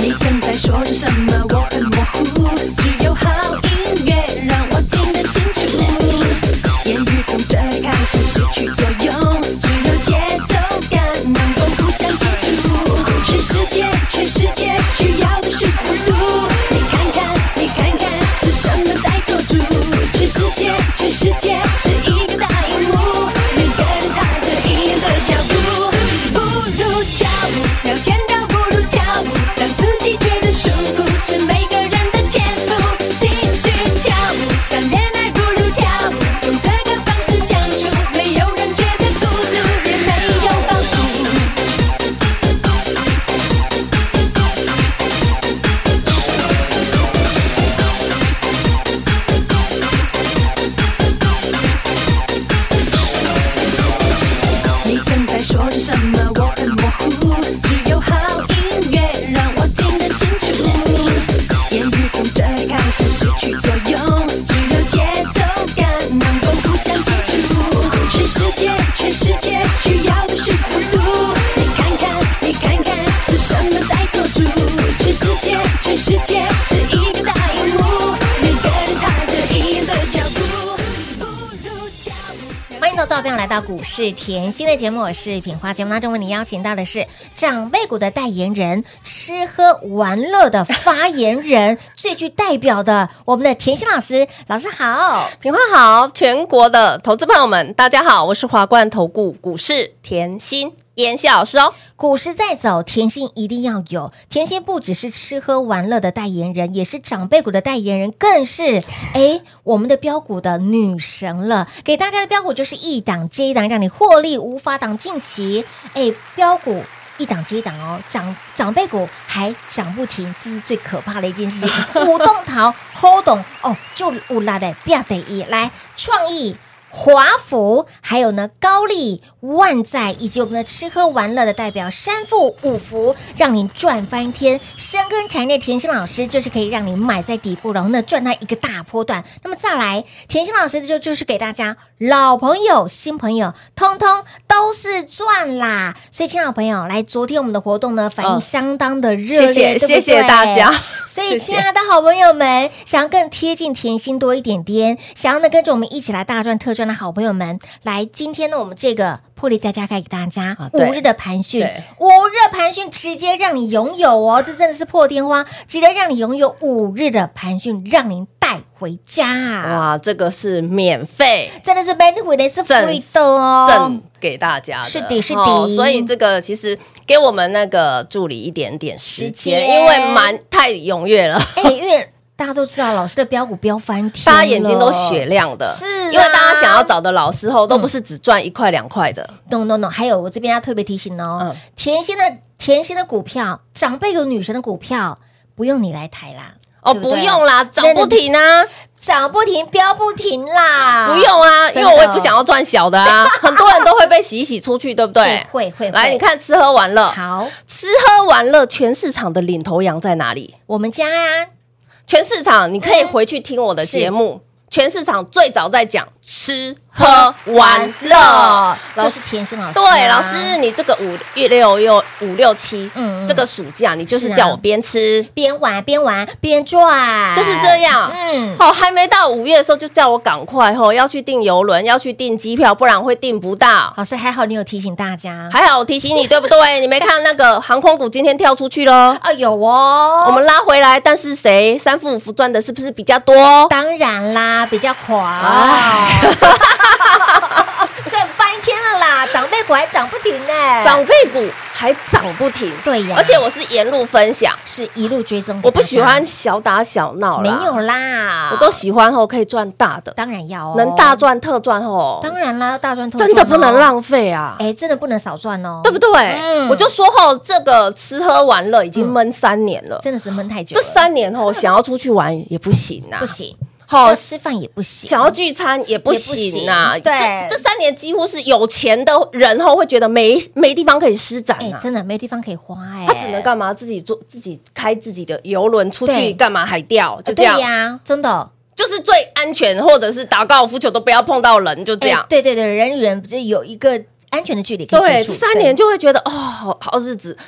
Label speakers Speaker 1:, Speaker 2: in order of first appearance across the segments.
Speaker 1: 你正在说着什么？我很模糊，只有好音乐让我听得清楚。言语从这里开始失去作用，只有节奏感能够互相接触。全世界，全世界需要的是速度。你看看，你看看，是什么在做主？全世界，全世界是一个大荧幕，每个人踏着一样的脚步，不如跳舞，聊天倒不如跳舞，让自己觉得舒服是每个人的天赋。继续跳舞，谈恋爱不如跳舞，用这个方式相处，没有人觉得孤独，也没有包袱。你正在说着什么？我很模糊，只有好音乐让我听得清楚。言语从这里开始失去作用，只有节奏感能够互相接触。全世界，全世界需要的是速度。你看看，你看看，是什么在做主？全世界，全世界是一个大荧幕，每个人踏着一样的脚步。不如跳舞。
Speaker 2: 欢迎各位朋友来到股市甜心的节目，我是品花。节目当中为你邀请到的是长辈股的代言人，吃喝玩乐的发言人，最具代表的我们的甜心老师。老师好，
Speaker 3: 平花好，全国的投资朋友们，大家好，我是华冠投顾股市甜心妍希老师哦。
Speaker 2: 股市在走，甜心一定要有。甜心不只是吃喝玩乐的代言人，也是长辈股的代言人，更是哎我们的标股的女神了。给大家的标股就是一档接一档，让你获利无法挡近期。哎，标股。一档接一档哦，长长辈股还涨不停，这是最可怕的一件事情。股东逃，hold 懂哦，就乌拉的，不要得意。来，创意华府，还有呢高丽、万载，以及我们的吃喝玩乐的代表山富五福，让你赚翻天。深耕产业链甜心老师就是可以让你买在底部，然后呢赚它一个大波段。那么再来，甜心老师就就是给大家老朋友、新朋友，通通都是赚啦。所以，亲爱的朋友，来，昨天我们的活动呢反应
Speaker 3: 嗯
Speaker 2: 相当的热烈，对
Speaker 3: 谢谢
Speaker 2: 不
Speaker 3: 哦谢谢
Speaker 2: 对
Speaker 3: 大家。
Speaker 2: 所以，亲爱的好朋友们，想要更贴近甜心多一点点，想要呢跟着我们一起来大赚特赚的好朋友们，来，今天呢我们这个破例再加开给大家
Speaker 3: 啊对
Speaker 2: 五日的盘讯
Speaker 3: 对，
Speaker 2: 五日盘讯直接让你拥有哦，这真的是破天荒，直接让你拥有五日的盘讯，让您带回家啊！
Speaker 3: 哇，这个是免费
Speaker 2: 真的是 b e n e f i t 是福
Speaker 3: 赠
Speaker 2: 利的哦，
Speaker 3: 赠给大家的，
Speaker 2: 是的是的
Speaker 3: 所以这个其实给我们那个助理一点点时
Speaker 2: 时
Speaker 3: 间，
Speaker 2: 间
Speaker 3: 因为蛮太踊跃了，
Speaker 2: 哎，因为大家都知道老师的标股标翻天了，
Speaker 3: 大家眼睛都雪亮的，
Speaker 2: 是啊
Speaker 3: 因为大家想要找的老师后，都不是只赚一块两块的，
Speaker 2: no no no，还有我这边要特别提醒哦
Speaker 3: 嗯，
Speaker 2: 甜心的甜心的股票，长辈有女神的股票，不用你来抬啦，
Speaker 3: 哦，
Speaker 2: 对不
Speaker 3: 不
Speaker 2: 对
Speaker 3: 用啦，涨不停啊，
Speaker 2: 涨不停，飙不停啦，
Speaker 3: 不用啊，
Speaker 2: 真的
Speaker 3: 因为我也不想要赚小的啊，很多人都会被洗一洗出去，对 不对？
Speaker 2: 会会会
Speaker 3: 来，你看吃喝玩乐，
Speaker 2: 好，
Speaker 3: 吃喝玩乐全市场的领头羊在哪里？
Speaker 2: 我们家啊，
Speaker 3: 全市场你可
Speaker 2: 嗯
Speaker 3: 以回去听我的节目，全市场最早在讲吃喝玩乐，
Speaker 2: 就
Speaker 3: 老
Speaker 2: 哦是
Speaker 3: 师。
Speaker 2: 甜心老师啊，
Speaker 3: 对，老师，你这个五月六又五六七，
Speaker 2: 嗯嗯
Speaker 3: 嗯，这个暑假你就是
Speaker 2: 是啊
Speaker 3: 叫我边吃，
Speaker 2: 边玩边玩边赚，
Speaker 3: 就是这，样。
Speaker 2: 嗯，
Speaker 3: 哦，还没到五月的时候就叫我赶快哦，要去订游轮，要去订机票，不然会订不到。
Speaker 2: 老师还好你有提醒大家，
Speaker 3: 还好我提醒你，对不对？你没看那个航空股今天跳出去喽，
Speaker 2: 啊有哦，
Speaker 3: 我们拉回来，但是谁三富五福赚的是不是比较多？
Speaker 2: 当然啦，比较狂
Speaker 3: 哎，
Speaker 2: 赚翻天了啦，长辈股还涨不停呢、
Speaker 3: 长辈股还涨不停，
Speaker 2: 对啊呀
Speaker 3: 而且我是沿路分享，
Speaker 2: 是一路追踪。
Speaker 3: 我不喜欢，小打小闹
Speaker 2: 没
Speaker 3: 啦，
Speaker 2: 有啦，
Speaker 3: 我都喜欢哦，可以赚大的，
Speaker 2: 当然要哦，
Speaker 3: 能大赚特赚哦，
Speaker 2: 当然啦，大赚特赚
Speaker 3: 真
Speaker 2: 哦
Speaker 3: 的不能浪费啊，
Speaker 2: 哎，真的不能少赚哦，
Speaker 3: 对不对？
Speaker 2: 嗯
Speaker 3: 我就说吼，这个吃喝玩乐已经闷三年了，
Speaker 2: 真的是闷太久
Speaker 3: 这
Speaker 2: 了，
Speaker 3: 三年后想要出去玩也不行啊，
Speaker 2: 不，行，
Speaker 3: 好
Speaker 2: 要。吃饭也不行，
Speaker 3: 想要啊聚餐也不行啊！
Speaker 2: 也不行对
Speaker 3: 这这三年几乎是有钱的人哦后会觉得没没地方可以施展
Speaker 2: 哎
Speaker 3: 啊，，
Speaker 2: 真的没地方可以花哎，
Speaker 3: 他只能干嘛？自己坐自己开自己的游轮出
Speaker 2: 对
Speaker 3: 去干嘛？海钓就
Speaker 2: 呃
Speaker 3: 这
Speaker 2: 对
Speaker 3: 样，
Speaker 2: 呀，真的
Speaker 3: 就是最安全，或者是打高尔夫球都不要碰到人，就这
Speaker 2: 哎
Speaker 3: 样。
Speaker 2: 对对对，人与人不是有一个安全的距离可以
Speaker 3: 对，
Speaker 2: 接
Speaker 3: 这
Speaker 2: 触，
Speaker 3: 三年就会觉得哦，好好日子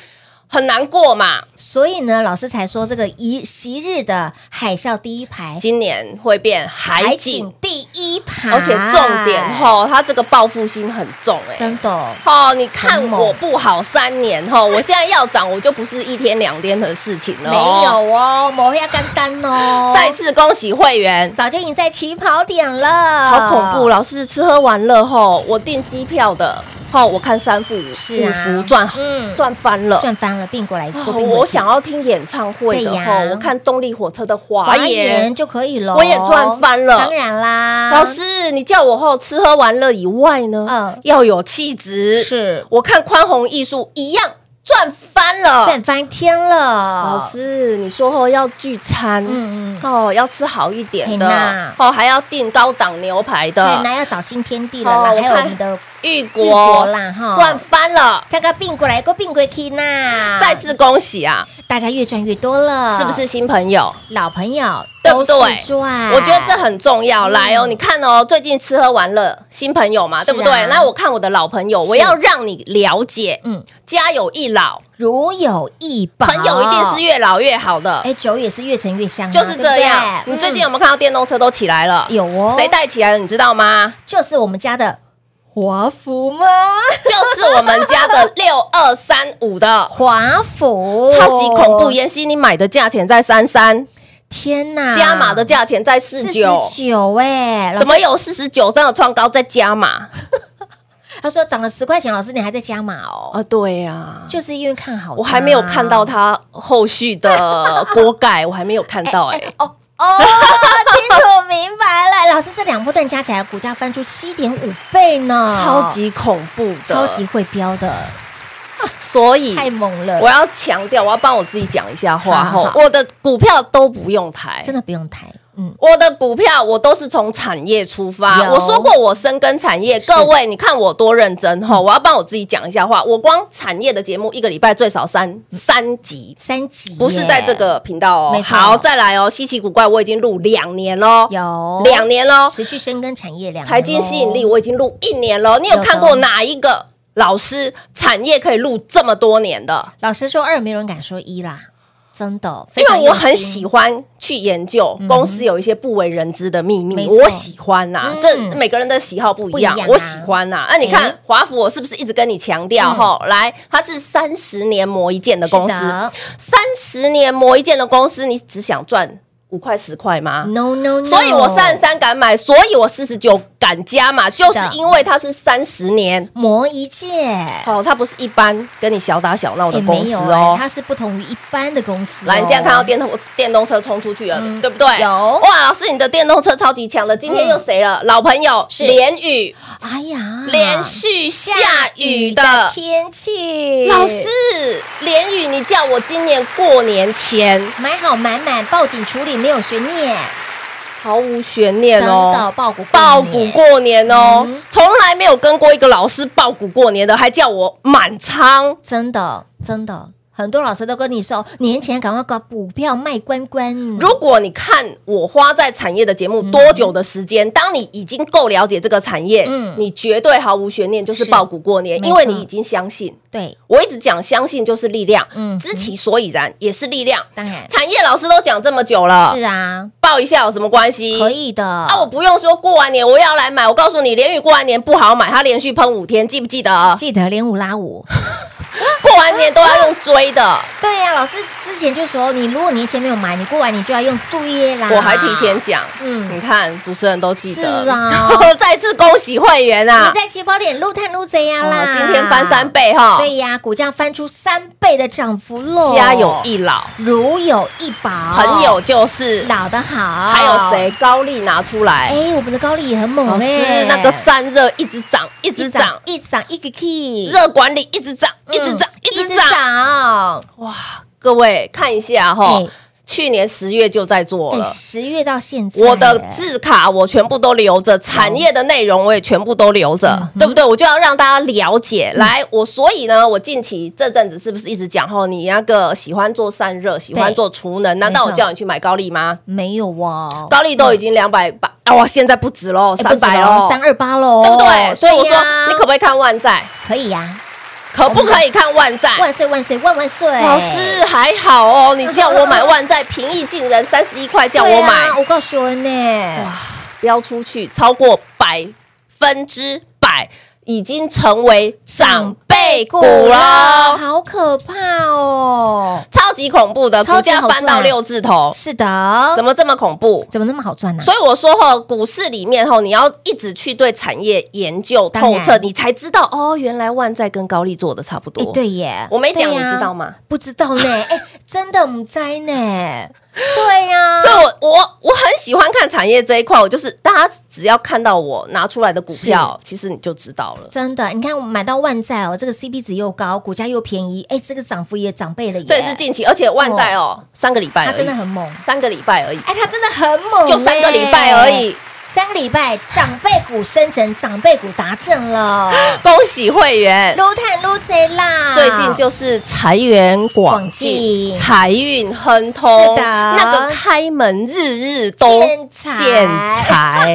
Speaker 3: 很难过嘛。
Speaker 2: 所以呢，老师才说这个一昔日的海啸第一排，
Speaker 3: 今年会变海景，
Speaker 2: 第一排，
Speaker 3: 而且重
Speaker 2: 哎
Speaker 3: 点吼，他这个报复心很重哎、
Speaker 2: 真的哦
Speaker 3: 哦，你看
Speaker 2: 很猛
Speaker 3: 我不好三年吼，我现在要涨，我就不是一天两天的事情了、
Speaker 2: 没有哦，抹黑要干单哦，
Speaker 3: 再次恭喜会员，啊
Speaker 2: 早就已经在起跑点了，
Speaker 3: 好恐怖！！老师吃喝玩乐吼，我订机票的吼，我看三副五
Speaker 2: 是啊
Speaker 3: 五福赚
Speaker 2: 嗯
Speaker 3: 赚翻了。
Speaker 2: 赚翻了，并过来，
Speaker 3: 哦
Speaker 2: 过并回去
Speaker 3: 我想要听演唱会的
Speaker 2: 对呀
Speaker 3: 吼，我看动力火车的华
Speaker 2: 华
Speaker 3: 研
Speaker 2: 研。就可以了，
Speaker 3: 我也赚翻了
Speaker 2: 当然啦，
Speaker 3: 老师，你叫我后吃喝玩乐以外呢，
Speaker 2: 嗯
Speaker 3: 要有气质。
Speaker 2: 是
Speaker 3: 我看宽宏艺术一样赚翻了。
Speaker 2: 赚翻天了，
Speaker 3: 啊老师，你说后要聚餐，
Speaker 2: 啊嗯嗯
Speaker 3: 哦，要吃好一点
Speaker 2: 嘿
Speaker 3: 的
Speaker 2: 呐，
Speaker 3: 哦，还要订高档牛排
Speaker 2: 对，
Speaker 3: 的，
Speaker 2: 那要找新天地了
Speaker 3: 哦
Speaker 2: 啦，
Speaker 3: 啊我
Speaker 2: 还有
Speaker 3: 看
Speaker 2: 我们的
Speaker 3: 玉
Speaker 2: 异
Speaker 3: 国
Speaker 2: 啦哦啊哈，
Speaker 3: 赚翻了。
Speaker 2: 看看并过来，过并过去呐，
Speaker 3: 再次恭喜啊！
Speaker 2: 大家越赚越多了，
Speaker 3: 是不是新朋友？
Speaker 2: 老朋友
Speaker 3: 对不
Speaker 2: 都
Speaker 3: 对
Speaker 2: 是赚？
Speaker 3: 我觉得这很重要。来哦，你看哦，最近吃喝玩乐，新朋友嘛，
Speaker 2: 嗯是啊
Speaker 3: 对不对？那我看我的老朋友，我要让你了解，
Speaker 2: 嗯
Speaker 3: 嗯，家有一老，
Speaker 2: 如有一宝，
Speaker 3: 朋友一定是越老越好的，
Speaker 2: 哎，酒也是越陈越香啊，
Speaker 3: 就是这样。
Speaker 2: 对
Speaker 3: 你
Speaker 2: 不对
Speaker 3: 最近有没有看到电动车都起来了？
Speaker 2: 嗯有哦？
Speaker 3: 谁带起来的？你知道吗？
Speaker 2: 就是我们家的华府吗？
Speaker 3: 就是我们家的六二三五
Speaker 2: 哦
Speaker 3: 的。
Speaker 2: 华府
Speaker 3: 超级恐怖！！妍希，你买的价钱在三三，
Speaker 2: 天哪，
Speaker 3: 加码的价钱在四
Speaker 2: 啊四
Speaker 3: 九，
Speaker 2: 九哎，老
Speaker 3: 怎
Speaker 2: 师
Speaker 3: 么有四十九？真的创高再加码
Speaker 2: 他说涨了十块钱，老师你还在加码哦？
Speaker 3: 啊？对呀，
Speaker 2: 就是因为看好它，
Speaker 3: 我还没有看到它后续的锅盖，我还没有看到哎、
Speaker 2: 哦。哦， 清楚明白了，老师这两波段加起来，股价翻出七点五倍呢，
Speaker 3: 超级恐怖的，
Speaker 2: 啊超级，会飙的，
Speaker 3: 所以
Speaker 2: 太猛了，
Speaker 3: 嗯我要强调，我要帮我自己讲一下
Speaker 2: 好
Speaker 3: 话
Speaker 2: 好
Speaker 3: 后
Speaker 2: 好，
Speaker 3: 我的股票都不用抬，
Speaker 2: 真的不用抬，嗯，
Speaker 3: 我的股票我都是从产业出发，
Speaker 2: 有
Speaker 3: 我说过我深耕产业，
Speaker 2: 是嗯
Speaker 3: 各位你看我多认真哈！我要帮我自己讲一下话，我光产业的节目一个礼拜最少三三集，
Speaker 2: 三级耶
Speaker 3: 不是在这个频道
Speaker 2: 没
Speaker 3: 哦。
Speaker 2: 错
Speaker 3: 好，再来哦，稀奇古怪我已经录两年喽，
Speaker 2: 有哦
Speaker 3: 两年喽，
Speaker 2: 持续深耕产业两年咯
Speaker 3: 哦财经吸引力我已经录一年喽。你有
Speaker 2: 有的
Speaker 3: 看过哪一个老师产业可以录这么多年的？
Speaker 2: 老实说，二没有人敢说一啦，真的，
Speaker 3: 因为我很
Speaker 2: 欢。
Speaker 3: 喜欢去研究公司有一些不为人知的秘密
Speaker 2: 嗯没，错
Speaker 3: 我喜欢呐
Speaker 2: 嗯。
Speaker 3: 这每个人的喜好不一样
Speaker 2: 不一样啊，
Speaker 3: 我喜欢呐。那你
Speaker 2: 哎嗯
Speaker 3: 看华府，我是不是一直跟你强调哈？来，它是三十年磨一剑的公司啊
Speaker 2: 是的，
Speaker 3: 三十年磨一剑的公司，你只想赚五块十块吗？
Speaker 2: No no no，
Speaker 3: 所以我三十三敢买，所以我四十九敢加嘛，
Speaker 2: 的
Speaker 3: 就是因为它是三十年。
Speaker 2: 磨一剑，
Speaker 3: 哦，它不是一般跟你小打小闹的
Speaker 2: 哎
Speaker 3: 公
Speaker 2: 没
Speaker 3: 司
Speaker 2: 有
Speaker 3: 哦
Speaker 2: 哎，它是不同于一般的公司哦。
Speaker 3: 来，你现在看到电动电动车冲出去了，
Speaker 2: 嗯
Speaker 3: 对不对？
Speaker 2: 有嗯
Speaker 3: 哇，老师，你的电动车超级强的，今天又谁了？老朋友，
Speaker 2: 是
Speaker 3: 连雨，
Speaker 2: 哎呀，
Speaker 3: 连续下雨的。
Speaker 2: 天气，
Speaker 3: 老师，连雨，你叫我今年过年前
Speaker 2: 买好满满，报警处理，没有悬念，
Speaker 3: 毫无悬念
Speaker 2: 真的
Speaker 3: 哦，
Speaker 2: 爆股
Speaker 3: 爆股
Speaker 2: 年
Speaker 3: 过年哦
Speaker 2: 嗯，
Speaker 3: 从来没有跟过一个老师爆股过年的，还叫我满仓。
Speaker 2: 真的真的，很多老师都跟你说，年前赶快搞股票卖关关。
Speaker 3: 如果你看我花在产业的节目多久的时间，当你已经够了解这个产业，
Speaker 2: 嗯
Speaker 3: 你绝对毫无悬念就是
Speaker 2: 是
Speaker 3: 爆股过年，
Speaker 2: 没
Speaker 3: 因为
Speaker 2: 错
Speaker 3: 你已经相信。
Speaker 2: 对，
Speaker 3: 我一直讲，相信就是力量，
Speaker 2: 嗯
Speaker 3: 知其所以然也是力量。
Speaker 2: 当然
Speaker 3: 产业老师都讲这么久了
Speaker 2: 是，啊，
Speaker 3: 爆一下有什么关系？
Speaker 2: 可以的。
Speaker 3: 啊，我不用说过完年我要来买，我告诉你，联宇过完年不好买，它连续喷五天，记不记得？
Speaker 2: 记得连五拉五，
Speaker 3: 过完年都要用追的，
Speaker 2: 对呀、老师之前就说，你如果年前没有买，你过完年就要用对啦。
Speaker 3: 我还提前讲。
Speaker 2: 嗯
Speaker 3: 嗯，你看主持人都记得。
Speaker 2: 是啊
Speaker 3: 再次恭喜会员啊
Speaker 2: 你！在起跑点撸探撸贼呀
Speaker 3: 哦
Speaker 2: 啦！
Speaker 3: 今天翻三，倍哈，
Speaker 2: 对呀，股价翻出三倍的涨幅喽，
Speaker 3: 家有一老，
Speaker 2: 如有一宝，
Speaker 3: 朋友就是，
Speaker 2: 哦老的好，
Speaker 3: 还有谁？？高丽拿出来，
Speaker 2: 哎，我们的高丽也很猛
Speaker 3: 老
Speaker 2: 哎，
Speaker 3: 师那个散热一直涨，一直涨，
Speaker 2: 一嗯涨一个 key，
Speaker 3: 热管理一直涨，一直涨，一直涨。哦
Speaker 2: 涨，
Speaker 3: 各位看一下哈
Speaker 2: 哎，
Speaker 3: 去年十月就在做
Speaker 2: 哎，
Speaker 3: 了。
Speaker 2: 十月到现在，
Speaker 3: 我的字卡我全部都留
Speaker 2: 哦
Speaker 3: 着，产业的内容我也全部都留
Speaker 2: 嗯
Speaker 3: 着，对不对？我就要让大家了解。来，我所以呢，我近期这阵子是不是一直讲吼，你那个喜欢做散热，喜欢做储能，难道我
Speaker 2: 没错
Speaker 3: 叫你去买高丽吗？
Speaker 2: 没有哦，
Speaker 3: 高丽都已经两百八，啊，哇，现在不止
Speaker 2: 哎
Speaker 3: 喽，三百喽，
Speaker 2: 哦三二八喽，
Speaker 3: 对不对？所以我说
Speaker 2: 呀，
Speaker 3: 你可不可以看万载？
Speaker 2: 可以呀？
Speaker 3: 可不可以看万载？
Speaker 2: 万岁万岁万万岁！
Speaker 3: 哎老师还好哦，你叫我买万载，平易近人，三十一块叫
Speaker 2: 对
Speaker 3: 我
Speaker 2: 啊
Speaker 3: 买，
Speaker 2: 我告诉你呢，
Speaker 3: 标出去超过百分之百，已经成为长辈股了，
Speaker 2: 好可怕哦！
Speaker 3: 超级恐怖的，
Speaker 2: 超
Speaker 3: 股
Speaker 2: 级
Speaker 3: 价
Speaker 2: 好
Speaker 3: 翻到
Speaker 2: 赚
Speaker 3: 六字头，
Speaker 2: 是的，
Speaker 3: 怎
Speaker 2: 么
Speaker 3: 么这么恐怖？
Speaker 2: 怎么那么好赚呢？啊
Speaker 3: 所以我说哈，股市里面哈，你要一直去对产业研究
Speaker 2: 当然
Speaker 3: 透彻，你才知道哦，原来万载跟高利做的差不
Speaker 2: 哎
Speaker 3: 多。，
Speaker 2: 对耶，
Speaker 3: 我没讲，
Speaker 2: 对
Speaker 3: 你
Speaker 2: 呀
Speaker 3: 知道？吗？
Speaker 2: 不知道 呢，哎，真的唔知呢，对呀，
Speaker 3: 所以我，我我很喜欢看产业这一块，我就是大家只要看到我拿出来的股票，其实你就知道了。
Speaker 2: 真的，你看我们买到万债哦，这个 CP 值又高，股价又便宜，哎，这个涨幅也涨倍了耶，
Speaker 3: 这也是近期，而且万载哦，三个礼拜
Speaker 2: 它
Speaker 3: 而已，
Speaker 2: 啊真的很猛，
Speaker 3: 三个礼拜而已，
Speaker 2: 哎，它真的很猛，
Speaker 3: 就三个礼拜而已。。
Speaker 2: 三个礼拜，长辈股生成，长辈股达阵了，
Speaker 3: 恭喜会员，
Speaker 2: 撸碳撸贼啦！
Speaker 3: 最近就是财源广
Speaker 2: 广
Speaker 3: 进，
Speaker 2: 进
Speaker 3: 财运亨通，
Speaker 2: 是的
Speaker 3: 那个开门日日都
Speaker 2: 见财
Speaker 3: 见 财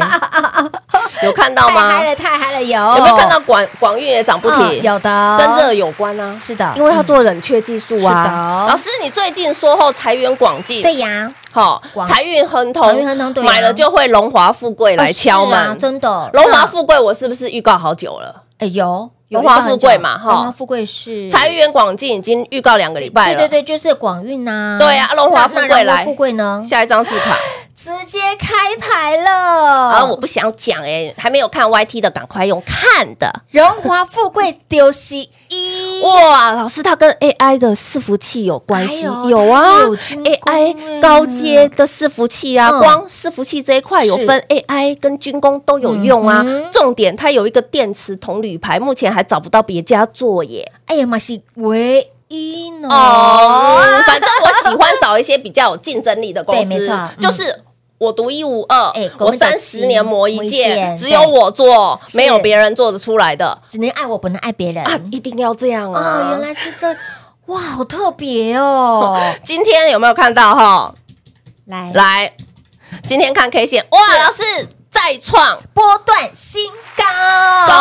Speaker 3: 有看到
Speaker 2: 太嗨
Speaker 3: 吗？
Speaker 2: 了，太嗨了，有
Speaker 3: 有没有看到广广运也涨不
Speaker 2: 哦
Speaker 3: 停？
Speaker 2: 有的，嗯
Speaker 3: 跟这有关啊，
Speaker 2: 是的
Speaker 3: 因为要做冷却技术
Speaker 2: 是的
Speaker 3: 啊。老师，你最近说后财源广进，
Speaker 2: 对呀，
Speaker 3: 好
Speaker 2: 广，
Speaker 3: 财运亨
Speaker 2: 财运
Speaker 3: 通，
Speaker 2: 亨通对啊
Speaker 3: 买了就会荣华富贵来敲
Speaker 2: 哦是啊
Speaker 3: 门。
Speaker 2: 真的
Speaker 3: 荣华富贵，我是不是预告好久了？
Speaker 2: 哎有
Speaker 3: 荣华富贵嘛哈
Speaker 2: 荣华富贵是
Speaker 3: 财。源广进已经预告两个礼拜
Speaker 2: 对
Speaker 3: 了。
Speaker 2: 对对，就是广运呐，
Speaker 3: 对啊荣华富
Speaker 2: 那
Speaker 3: 贵
Speaker 2: 那荣华
Speaker 3: 来
Speaker 2: 富贵呢，
Speaker 3: 下一张字卡，
Speaker 2: 直接开牌了。
Speaker 3: 啊，我不想讲哎，还没有看 YT 的，赶快用看的。
Speaker 2: 荣华富贵丢西一，
Speaker 3: 哇，老师，它跟 AI 的伺服器有关系？
Speaker 2: 哎呦
Speaker 3: 有啊
Speaker 2: 它有军工哎
Speaker 3: ，AI 高阶的伺服器啊，
Speaker 2: 嗯
Speaker 3: 光伺服器这一块有
Speaker 2: 是
Speaker 3: 分 AI 跟军工都有用啊。
Speaker 2: 嗯哼
Speaker 3: 重点，它有一个电池铜铝牌，目前还找不到别家做耶。
Speaker 2: 哎呀妈是唯一呢。
Speaker 3: 哦，反正我喜欢找一些比较有竞争力的公司，
Speaker 2: 对没错嗯
Speaker 3: 就是。我独一无二
Speaker 2: 哎，
Speaker 3: 我
Speaker 2: 公司
Speaker 3: 三十年磨一
Speaker 2: 磨一
Speaker 3: 剑，
Speaker 2: 剑
Speaker 3: 只有我做，
Speaker 2: 是
Speaker 3: 没有别人做得出来的
Speaker 2: 只能爱我，不能爱别人。
Speaker 3: 啊！一定要这样啊！
Speaker 2: 嗯哦，原来是这，哇，好特别哦！
Speaker 3: 今天有没有看到哈？
Speaker 2: 来
Speaker 3: 来，今天看 K 线，哇，老师再创，
Speaker 2: 波段新高，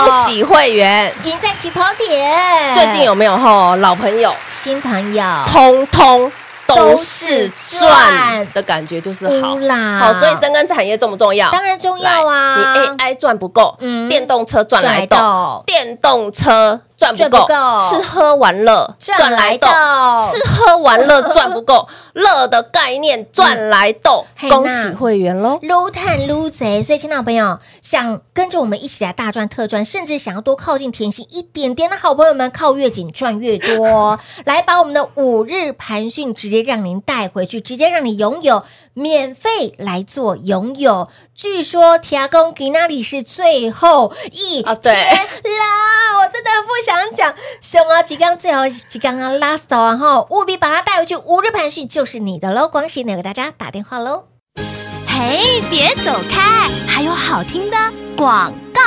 Speaker 3: 恭喜会员。
Speaker 2: 赢在起跑点。
Speaker 3: 最近有没有吼老朋友，
Speaker 2: 新朋友，
Speaker 3: 通通都是
Speaker 2: 赚
Speaker 3: 赚的感觉就是好
Speaker 2: 乌。啦，
Speaker 3: 好，所以深耕产业重不重要？
Speaker 2: 当然重
Speaker 3: 来
Speaker 2: 要啊！
Speaker 3: 你 AI 赚不够，
Speaker 2: 嗯
Speaker 3: 电动车赚来
Speaker 2: 赚来
Speaker 3: 斗
Speaker 2: 斗，
Speaker 3: 电动车赚不
Speaker 2: 赚
Speaker 3: 够
Speaker 2: 不够，
Speaker 3: 吃喝玩乐
Speaker 2: 赚来斗
Speaker 3: 吃喝玩乐赚 不够，乐的概念赚来斗
Speaker 2: 嘿，
Speaker 3: 恭
Speaker 2: 那
Speaker 3: 喜会员喽！
Speaker 2: 撸探撸贼，所以亲爱的朋友，想跟着我们一起来大赚特赚，甚至想要多靠近甜心一点点的好朋友们，靠越紧赚越多，哦来把我们的五日盘讯直接让您带回去，直接让你拥有，免费来做拥有。据说提供给那里是最后一
Speaker 3: 啊对
Speaker 2: 天啦，哎我真的不想讲，熊啊，几刚最后几刚啊，last 哦然后务必把它带回去，五日盘讯就是你的喽，恭喜你给大家打电话喽。
Speaker 4: 嘿，别走开，还有好听的广告。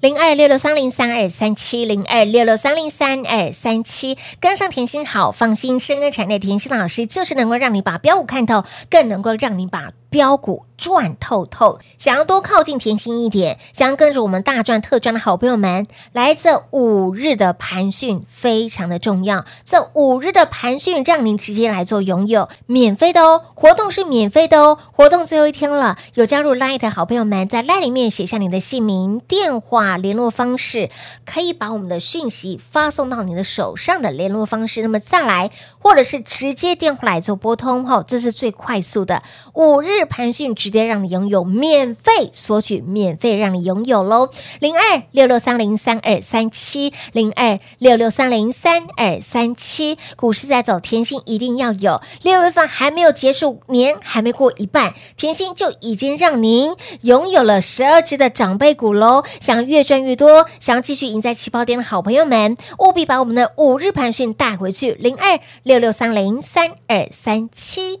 Speaker 2: 零二六六三零三二三七零二六六三零三二三七，跟上甜心好，放心，深耕产业，甜心老师就是能够让你把标股看透，更能够让你把标股赚透透。想要多靠近甜心一点，想要跟着我们大赚特赚的好朋友们，来这五日的盘讯非常的重要。这五日的盘讯让您直接来做拥有，免费的哦，活动是免费的哦，活动最后一天了，有加入 Line 的好朋友们，在 Line 里面写下你的姓名、电话、联络方式，可以把我们的讯息发送到你的手上的联络方式。那么再来，或者是直接电话来做拨通哈，这是最快速的。五日盘讯直接让你拥有，免费索取，免费让你拥有喽。零二六六三零三二三七，零二六六三零三二三七。股市在走，甜心一定要有。六月份还没有结束，年还没过一半，甜心就已经让您拥有了十二只的长辈股喽。想越赚越多，想要继续赢在起跑点的好朋友们，务必把我们的五日盘讯带回去。零二六六三零三二三七。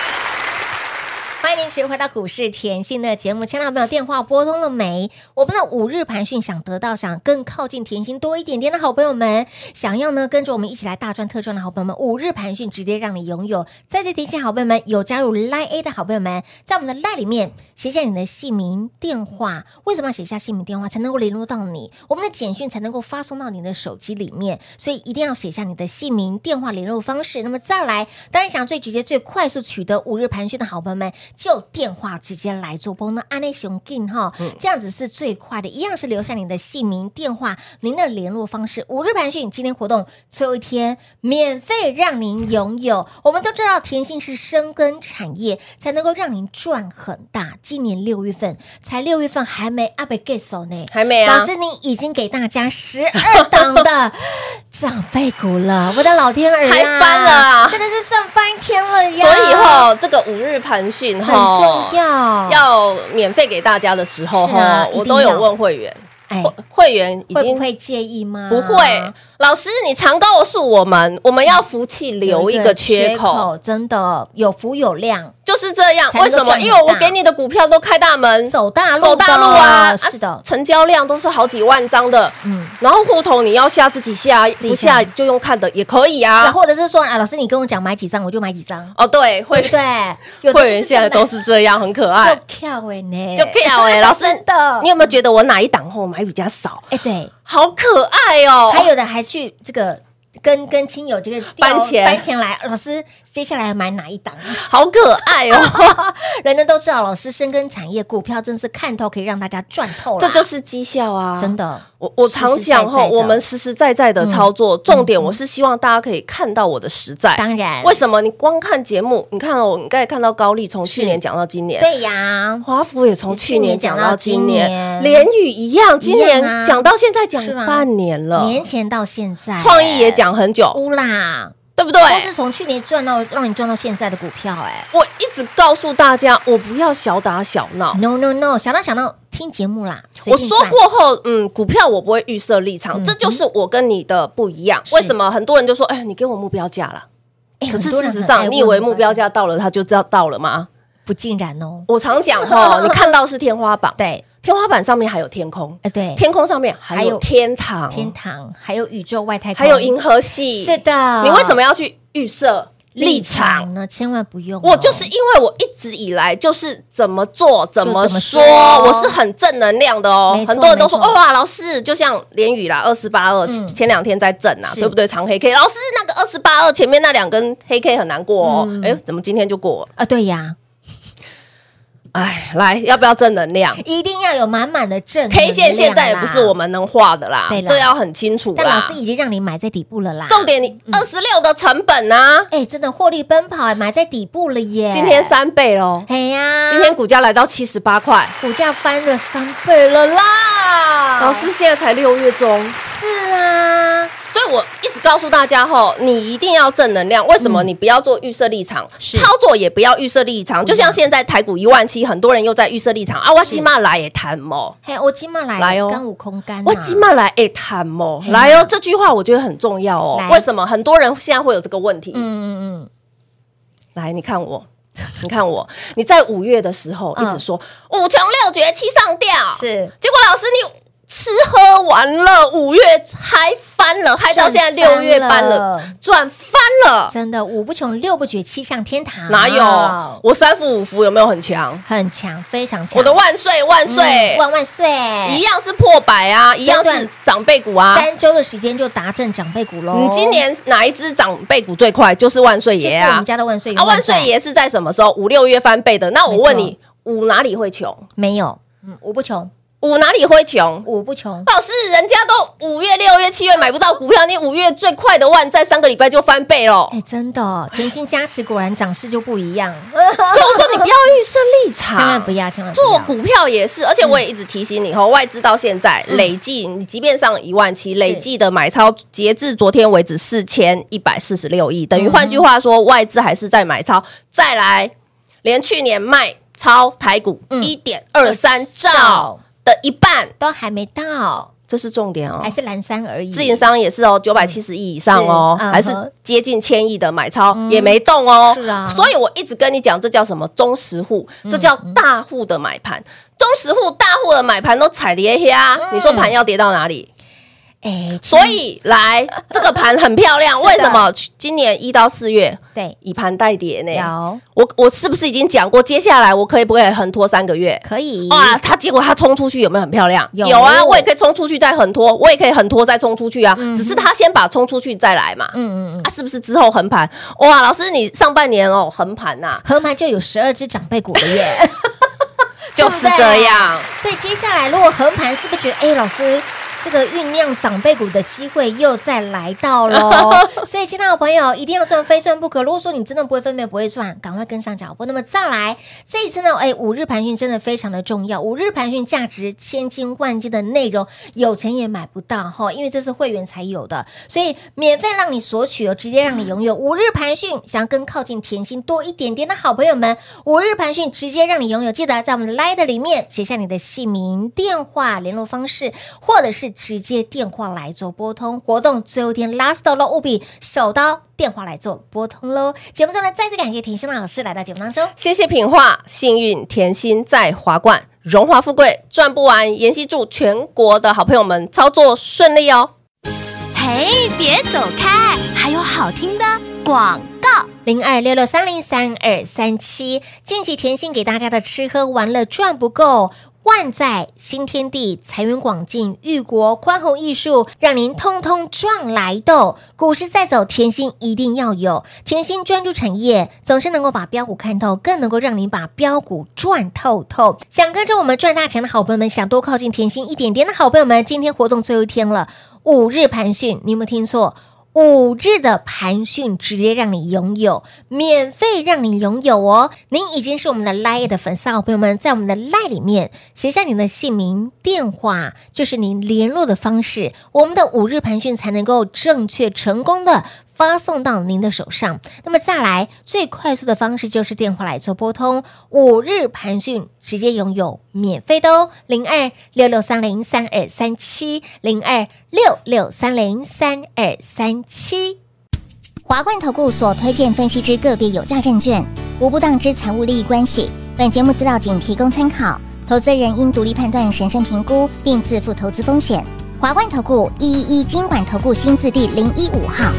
Speaker 2: 欢迎您持续回到股市甜心的节目，前两朋友电话拨通了没？我们的五日盘讯想得到，想更靠近甜心多一点点的好朋友们，想要呢跟着我们一起来大赚特赚的好朋友们，五日盘讯直接让你拥有。再次提醒好朋友们，有加入 Line A 的好朋友们，在我们的 Line 里面写下你的姓名、电话，为什么要写下姓名、电话才能够联络到你？我们的简讯才能够发送到你的手机里面，所以一定要写下你的姓名、电话、联络方式。那么再来，当然想最直接、最快速取得五日盘讯的好朋友们，就电话直接来做拨那安内熊进哈，
Speaker 3: 嗯
Speaker 2: 这样子是最快的。一样是留下你的姓名、电话、您的联络方式。五日盘讯今天活动最后一天，免费让您拥有。我们都知道甜心是深耕产业，才能够让您赚很大。今年六月份才六月份还没阿贝 get 手呢，
Speaker 3: 还没啊
Speaker 2: 老师，你已经给大家十二档的长辈股了，我的老天 儿啊，
Speaker 3: 还翻了啊
Speaker 2: 真的是赚翻天了呀！
Speaker 3: 所以吼，这个五日盘讯
Speaker 2: 很
Speaker 3: 吼
Speaker 2: 重，要，
Speaker 3: 哦要免费给大家的时候
Speaker 2: 是
Speaker 3: 吼
Speaker 2: 啊，一定
Speaker 3: 我都有
Speaker 2: 要
Speaker 3: 问会员，
Speaker 2: 哎，
Speaker 3: 会会员已
Speaker 2: 会不
Speaker 3: 经
Speaker 2: 会啊介意吗？
Speaker 3: 不会，老师，你常告诉我们，我们要服气留一个缺口，，
Speaker 2: 真的有福有量，
Speaker 3: 就是这样。
Speaker 2: 才能
Speaker 3: 为
Speaker 2: 够
Speaker 3: 什么？
Speaker 2: 赚
Speaker 3: 因为我
Speaker 2: 很大
Speaker 3: 给你的股票都开大门，
Speaker 2: 走大路的，
Speaker 3: 走大路啊，
Speaker 2: 是的
Speaker 3: 啊，成交量都是好几万张的，
Speaker 2: 嗯
Speaker 3: 然后户头你要下自己下，
Speaker 2: 己
Speaker 3: 不下
Speaker 2: 下
Speaker 3: 就用看的也可以
Speaker 2: 是啊
Speaker 3: 啊。
Speaker 2: 或者是说啊，老师你跟我讲买几张，我就买几张，
Speaker 3: 哦，对，会
Speaker 2: 对不对？ 有的
Speaker 3: 会员现在都
Speaker 2: 就是
Speaker 3: 这样，很可
Speaker 2: 真的
Speaker 3: 爱
Speaker 2: 就。跳哎呢，
Speaker 3: 就票哎，老师
Speaker 2: 真的
Speaker 3: 你有没有觉得我哪一档后买比较少？
Speaker 2: 哎对，
Speaker 3: 好可爱哦！
Speaker 2: 还有的还去这个。跟跟亲友这个调
Speaker 3: 搬钱
Speaker 2: 搬钱来，老师接下来买哪一档？
Speaker 3: 好可爱 哦，
Speaker 2: 人人都知道，老师深耕产业，股票真是看透，可以让大家赚透啦
Speaker 3: 这就是绩效啊！
Speaker 2: 真的嗯
Speaker 3: 我我
Speaker 2: 实
Speaker 3: 常
Speaker 2: 实
Speaker 3: 讲
Speaker 2: 在
Speaker 3: 吼，
Speaker 2: 在的
Speaker 3: 我们实实在在的操作，重点我是希望大家可以看到我的实在。
Speaker 2: 当然
Speaker 3: 为什么你光看节目？你看哦，你刚才看到高丽从去年讲到今年，
Speaker 2: 对呀，
Speaker 3: 华府也从去年讲到今
Speaker 2: 去年讲到今年
Speaker 3: 年，联宇一样，今年
Speaker 2: 一样啊
Speaker 3: 讲到现在讲
Speaker 2: 是啊
Speaker 3: 半年了，
Speaker 2: 年前到现在，
Speaker 3: 创意也讲哎很久，
Speaker 2: 乌啦，
Speaker 3: 对不对？
Speaker 2: 都是从去年赚到让你赚到现在的股票、哎
Speaker 3: 我一直告诉大家，我不要小打小闹。
Speaker 2: ，no no no，想到想到听节目啦，嗯随
Speaker 3: 我
Speaker 2: 便
Speaker 3: 说
Speaker 2: 赚，
Speaker 3: 过后，嗯，股票我不会预设立场，
Speaker 2: 嗯
Speaker 3: 这就是我跟你的不一样。
Speaker 2: 是
Speaker 3: 为什么很多人就说，哎，你给我目标价了？
Speaker 2: 哎
Speaker 3: 可是
Speaker 2: 很多
Speaker 3: 事
Speaker 2: 人
Speaker 3: 实
Speaker 2: 很爱
Speaker 3: 上，你以
Speaker 2: 问
Speaker 3: 为
Speaker 2: 我
Speaker 3: 目标价到了，它就知道到了吗？
Speaker 2: 不尽然哦，
Speaker 3: 我常讲 吼，你看到是天花板，
Speaker 2: 对，
Speaker 3: 天花板上面还有天空，
Speaker 2: 呃对，
Speaker 3: 天空上面还
Speaker 2: 还
Speaker 3: 有
Speaker 2: 有
Speaker 3: 天堂，
Speaker 2: 天堂还有宇宙外太空，
Speaker 3: 还有银河系。
Speaker 2: 是，的，
Speaker 3: 你为什么要去预设立场？
Speaker 2: 呢？千万不用哦、
Speaker 3: 我就是因为我一直以来就是怎么做怎么
Speaker 2: 就怎么
Speaker 3: 说，
Speaker 2: 说
Speaker 3: 我是很正能量的哦
Speaker 2: 没。错
Speaker 3: 很多人都说
Speaker 2: 没错
Speaker 3: 哇，老师就像连雨啦，二四八二
Speaker 2: 嗯
Speaker 3: 前两天在震啊，
Speaker 2: 是
Speaker 3: 对不对？长黑 K，老师那个二四八二前面那两根黑 K 很难过哦。
Speaker 2: 嗯
Speaker 3: 哎，怎么今天就过了？
Speaker 2: 啊，对呀，
Speaker 3: 哎，来，要不要正能量？
Speaker 2: 一定要有满满的正能
Speaker 3: K 线现在也
Speaker 2: 量
Speaker 3: 不
Speaker 2: 啦
Speaker 3: 是我。们能画的啦，
Speaker 2: 对啦
Speaker 3: 这要很清楚
Speaker 2: 但老
Speaker 3: 啦
Speaker 2: 师。嗯已经让你买在底部了啦。
Speaker 3: 重，点，你二十六的成本啊，
Speaker 2: 哎、真的获利奔跑、哎，买在底部了耶！
Speaker 3: 今天，三倍喽，
Speaker 2: 哎呀，
Speaker 3: 今天股价来到七十八块。
Speaker 2: 股价翻了三倍了啦！
Speaker 3: 老师现在才六月中，
Speaker 2: 是啊，
Speaker 3: 所以我一直告诉大家吼，你一定要正能量。为什么你不要做预设立场？操作也不要预设立场。就像现在台股一万七，很多人又在预设立场啊，我今嘛来也谈哦，
Speaker 2: 嘿，我今嘛来
Speaker 3: 来哦
Speaker 2: 干五空干、啊，
Speaker 3: 我今嘛来也谈哦，
Speaker 2: 嘿
Speaker 3: 来哦，这句话我觉得很重要哦
Speaker 2: 来。嗯
Speaker 3: 嗯为什么很多人现在会有这个问题？
Speaker 2: 嗯嗯
Speaker 3: 来，你看我， 你看我，你在五月的时候一直说五穷六绝七上吊，
Speaker 2: 是
Speaker 3: 结果老师你吃喝玩乐，五月嗨翻了，嗨到现在六月班了，赚翻了，
Speaker 2: 真的五不穷六不绝七上天堂，
Speaker 3: 哪有？我三伏五伏有没有很强？
Speaker 2: 很强，非常强，
Speaker 3: 我的万岁万
Speaker 2: 嗯！
Speaker 3: 岁
Speaker 2: 万万岁，
Speaker 3: 一样是破百啊，一样是长辈股啊。
Speaker 2: 三周的时间就达阵长辈股喽。
Speaker 3: 你今年哪一只长辈股最快？就是万岁
Speaker 2: 就是
Speaker 3: 爷
Speaker 2: 我
Speaker 3: 啊
Speaker 2: 们！家的万岁
Speaker 3: 啊，万岁爷是在什么时候？五六月翻倍的。那我问
Speaker 2: 没
Speaker 3: 你，五哪里会穷？
Speaker 2: 没有，嗯，五不穷，
Speaker 3: 五哪里会穷？
Speaker 2: 五不穷，
Speaker 3: 老师，人家都五月、六月、七月买不到股票，你五月最快的万在三个礼拜就翻倍了。
Speaker 2: 哎，真的哦，甜心加持果然涨势就不一样，
Speaker 3: 所以我说你不要预设立场，
Speaker 2: 千万不要，千万不要
Speaker 3: 做股票也是，而且我也一直提醒你，吼，外资到现在累计，你即便上一万
Speaker 2: 嗯
Speaker 3: 七，累计的买超，截至昨天为止四千一百四十六亿，等
Speaker 2: 嗯
Speaker 3: 于换句话说，外资还是在买超。再来，连去年卖超台股
Speaker 2: 嗯
Speaker 3: 一点二三兆的一半，
Speaker 2: 都还没到，
Speaker 3: 这是重点哦
Speaker 2: 还。是蓝山而已。
Speaker 3: 自营商也是哦，九百七十亿以上哦，
Speaker 2: 嗯是嗯哼嗯
Speaker 3: 还是接近千亿的买超、也没动哦。
Speaker 2: 是啊嗯
Speaker 3: 所以我一直跟你讲，这叫什么中实户，这叫大户的买盘。中实户、大户的买盘都踩跌呀，
Speaker 2: 嗯
Speaker 3: 你说盘要跌到哪里？
Speaker 2: 哎，
Speaker 3: 所以来这个盘很漂亮，
Speaker 2: 是的
Speaker 3: 为什么？去今年一到四月
Speaker 2: 对，
Speaker 3: 以盘代跌呢？
Speaker 2: 有
Speaker 3: 我我是不是已经讲过？接下来我可以不可以横拖三个月？
Speaker 2: 可以
Speaker 3: 哇，它结果它冲出去有没有很漂亮？
Speaker 2: 有
Speaker 3: 啊，我也可以冲出去再横拖，我也可以横拖再冲出去啊。只是它先把冲出去再来嘛。
Speaker 2: 嗯嗯嗯，
Speaker 3: 啊，是不是之后横盘？哇，老师，你上半年哦横盘呐、
Speaker 2: 合盘就有十二只长辈股了 耶，
Speaker 3: 就是
Speaker 2: 对不
Speaker 3: 这
Speaker 2: 对
Speaker 3: 样。
Speaker 2: 所以接下来如果横盘，是不是觉得哎，老师这个酝酿长辈股的机会又再来到喽？ 所以，亲爱的朋友，一定要赚，非赚不可。如果说你真的不会分辨、不会赚，赶快跟上脚步。那么再来这一次呢，哎，五日盘讯真的非常的重要，五日盘讯价值千金万金的内容，有钱也买不到哈，因为这是会员才有的，所以免费让你索取哦，直接让你拥有。五日盘讯，想要跟靠近甜心多一点点的好朋友们，五日盘讯直接让你拥有。记得在我们的 l i g e 里面写下你的姓名、电话、联络方式，或者是直接电话来做拨通。活动最后一天 last 到了，务必手刀电话来做拨通喽。节目中呢，再次感谢甜心老师来到节目当中。
Speaker 3: 谢谢品画，幸运甜心在华冠，荣华富贵赚不完。妍希祝全国的好朋友们操作顺利哦。
Speaker 4: 嘿，别走开，还有好听的广告。
Speaker 2: 零二六六三零三二三七。近期甜心给大家的吃喝玩乐赚不够。万载新天地、财源广进、玉国宽宏艺术，让您通通赚来豆。股市再走，甜心一定要有。甜心专注产业，总是能够把标股看透，更能够让您把标股赚透透。想跟着我们赚大钱的好朋友们，想多靠近甜心一点点的好朋友们，今天活动最后一天了，五日盘讯，你有没有听错？五日的盘讯直接让你拥有，免费让你拥有哦！您已经是我们的 Line 的粉丝好朋友们，在我们的 Line 里面写下你的姓名、电话，就是您联络的方式，我们的五日盘讯才能够正确成功的发送到您的手上。那么再来，最快速的方式就是电话来做拨通，五日盘讯直接拥有免费的哦，零二六六三零三二三七零二六六三零三二三七。
Speaker 5: 华冠投顾所推荐分析之个别有价证券，无不当之财务利益关系。本节目资料仅提供参考，投资人应独立判断、审慎评估，并自负投资风险。华冠投顾一一一金管投顾新字第零一五号。